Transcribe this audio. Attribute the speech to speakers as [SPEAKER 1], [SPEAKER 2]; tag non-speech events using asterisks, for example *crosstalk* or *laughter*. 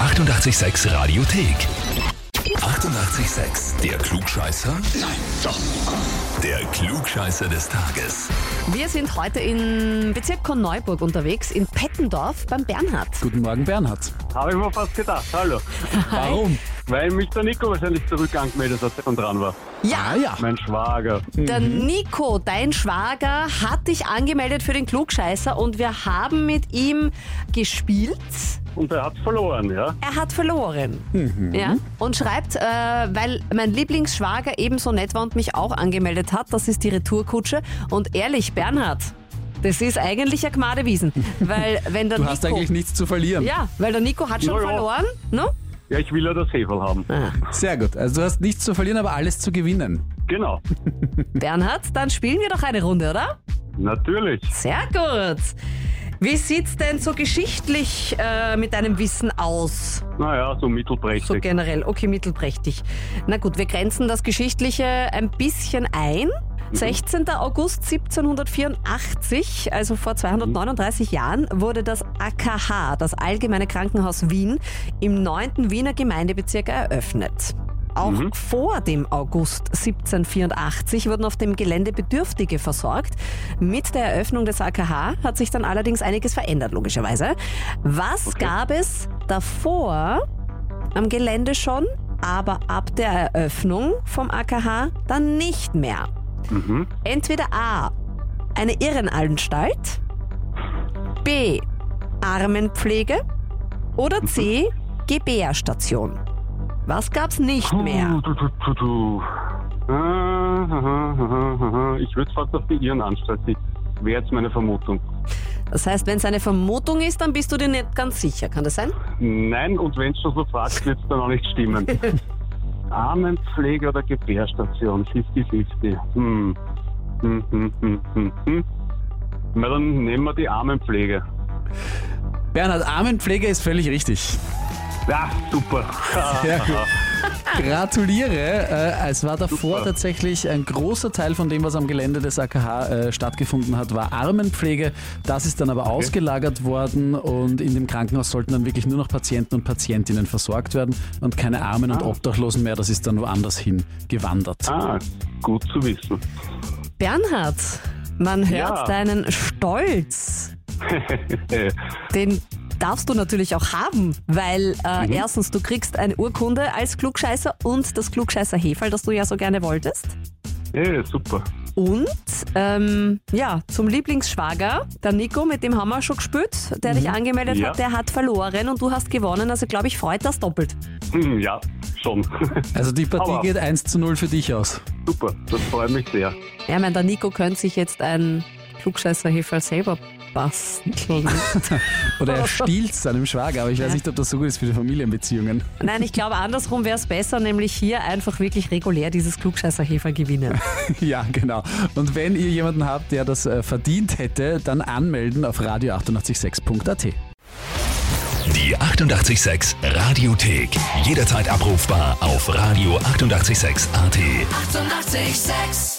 [SPEAKER 1] 886 Radiothek. 88,6. Der Klugscheißer? Nein, doch. Der Klugscheißer des Tages.
[SPEAKER 2] Wir sind heute in Bezirk Korneuburg unterwegs, in Pettendorf beim Bernhard.
[SPEAKER 3] Guten Morgen, Bernhard.
[SPEAKER 4] Habe ich mir fast gedacht, hallo.
[SPEAKER 3] Warum?
[SPEAKER 4] Weil mich der Nico wahrscheinlich zurück angemeldet hat und dran war.
[SPEAKER 3] Ah
[SPEAKER 2] Ja,
[SPEAKER 3] ja,
[SPEAKER 4] Mein Schwager.
[SPEAKER 3] Mhm.
[SPEAKER 2] der Nico, dein Schwager, hat dich angemeldet für den Klugscheißer und wir haben mit ihm gespielt.
[SPEAKER 4] Und er hat verloren, ja?
[SPEAKER 2] Er hat verloren.
[SPEAKER 3] Mhm.
[SPEAKER 2] Ja, und schreibt, äh, weil mein Lieblingsschwager ebenso nett war und mich auch angemeldet hat, das ist die Retourkutsche. Und ehrlich, Bernhard, das ist eigentlich ein Gmadewiesen.
[SPEAKER 3] *laughs*
[SPEAKER 2] Weil wenn der
[SPEAKER 3] du
[SPEAKER 2] Nico,
[SPEAKER 3] hast eigentlich nichts zu verlieren.
[SPEAKER 2] Ja, weil der Nico hat schon
[SPEAKER 4] Ja, ja.
[SPEAKER 2] verloren. Ne?
[SPEAKER 4] Ja, ich will ja das Heferl haben.
[SPEAKER 3] Sehr gut. Also du hast nichts zu verlieren, aber alles zu gewinnen.
[SPEAKER 4] Genau.
[SPEAKER 2] Bernhard, dann spielen wir doch eine Runde, oder?
[SPEAKER 4] Natürlich.
[SPEAKER 2] Sehr gut. Wie sieht's denn so geschichtlich äh, mit deinem Wissen aus?
[SPEAKER 4] Naja, so
[SPEAKER 2] So
[SPEAKER 4] mittelprächtig.
[SPEAKER 2] generell, okay, mittelprächtig. Na gut, wir grenzen das Geschichtliche ein bisschen ein. 16. August 1784, also vor 239 Jahren, wurde das AKH, das Allgemeine Krankenhaus Wien, im 9. Wiener Gemeindebezirk eröffnet. Auch vor dem August 1784 wurden auf dem Gelände Bedürftige versorgt. Mit der Eröffnung des AKH hat sich dann allerdings einiges verändert, logischerweise. Was gab es davor am Gelände schon, aber ab der Eröffnung vom AKH dann nicht mehr.
[SPEAKER 4] Mhm.
[SPEAKER 2] Entweder A. Eine Irrenanstalt, B. Armenpflege oder C.
[SPEAKER 4] Mhm.
[SPEAKER 2] Gebärstation. Was gab's nicht
[SPEAKER 4] Ah.
[SPEAKER 2] mehr?
[SPEAKER 4] Du, du, du, du. Ah, aha, aha, aha. Ich würde fast auf die Irrenanstalt sitzen. Wäre jetzt meine Vermutung.
[SPEAKER 2] Das heißt, wenn es eine Vermutung ist, dann bist du dir nicht ganz sicher. Kann das sein?
[SPEAKER 4] Nein, und wenn schon so fragst, wird es dann auch nicht stimmen. Armenpflege oder Gebärstation, 50-50. Hm. Hm, hm, hm, hm, hm. Na, dann nehmen wir die Armenpflege.
[SPEAKER 3] Bernhard, Armenpflege ist völlig richtig.
[SPEAKER 4] Ja, super.
[SPEAKER 3] Sehr gut. Gratuliere. Äh, es war davor
[SPEAKER 4] Ah. Super.
[SPEAKER 3] tatsächlich ein großer Teil von dem, was am Gelände des AKH äh, stattgefunden hat, war Armenpflege. Das ist dann aber ausgelagert worden und in dem Krankenhaus sollten dann wirklich nur noch Patienten und Patientinnen versorgt werden und keine Armen und Obdachlosen mehr. Das ist dann woanders hin gewandert.
[SPEAKER 4] Ah, gut zu wissen. *laughs*
[SPEAKER 2] Bernhard, man hört
[SPEAKER 4] Ja.
[SPEAKER 2] deinen Stolz.
[SPEAKER 4] Äh,
[SPEAKER 2] Den darfst du natürlich auch haben, weil äh, erstens, du kriegst eine Urkunde als Klugscheißer und das Klugscheißer Hefal, das du ja so gerne wolltest.
[SPEAKER 4] äh, super.
[SPEAKER 2] Und ähm, ja, zum Lieblingsschwager, der Nico, mit dem haben wir schon gespürt, der dich angemeldet
[SPEAKER 4] Ja.
[SPEAKER 2] hat, der hat verloren und du hast gewonnen. Also glaube ich, freut das doppelt.
[SPEAKER 4] Hm, ja, schon. *laughs*
[SPEAKER 3] Also die Partie
[SPEAKER 4] Aber-
[SPEAKER 3] geht 1 zu 0 für dich aus.
[SPEAKER 4] super, das freut mich sehr.
[SPEAKER 2] Ja, ich meine, der Nico könnte sich jetzt ein Klugscheißer Hefal selber basteln.
[SPEAKER 4] *laughs*
[SPEAKER 3] Oder er stiehlt seinem Schwager, aber ich weiß nicht, ob das so gut ist für die Familienbeziehungen.
[SPEAKER 2] Nein, ich glaube, andersrum wäre es besser, nämlich hier einfach wirklich regulär dieses Klugscheißer Hefal gewinnen.
[SPEAKER 3] *laughs* Ja, genau. Und wenn ihr jemanden habt, der das äh, verdient hätte, dann anmelden auf radio886.at.
[SPEAKER 1] Die 88,6 Radiothek. Jederzeit abrufbar auf radio886.at. 88,6.
[SPEAKER 5] Eighty-eight, sex.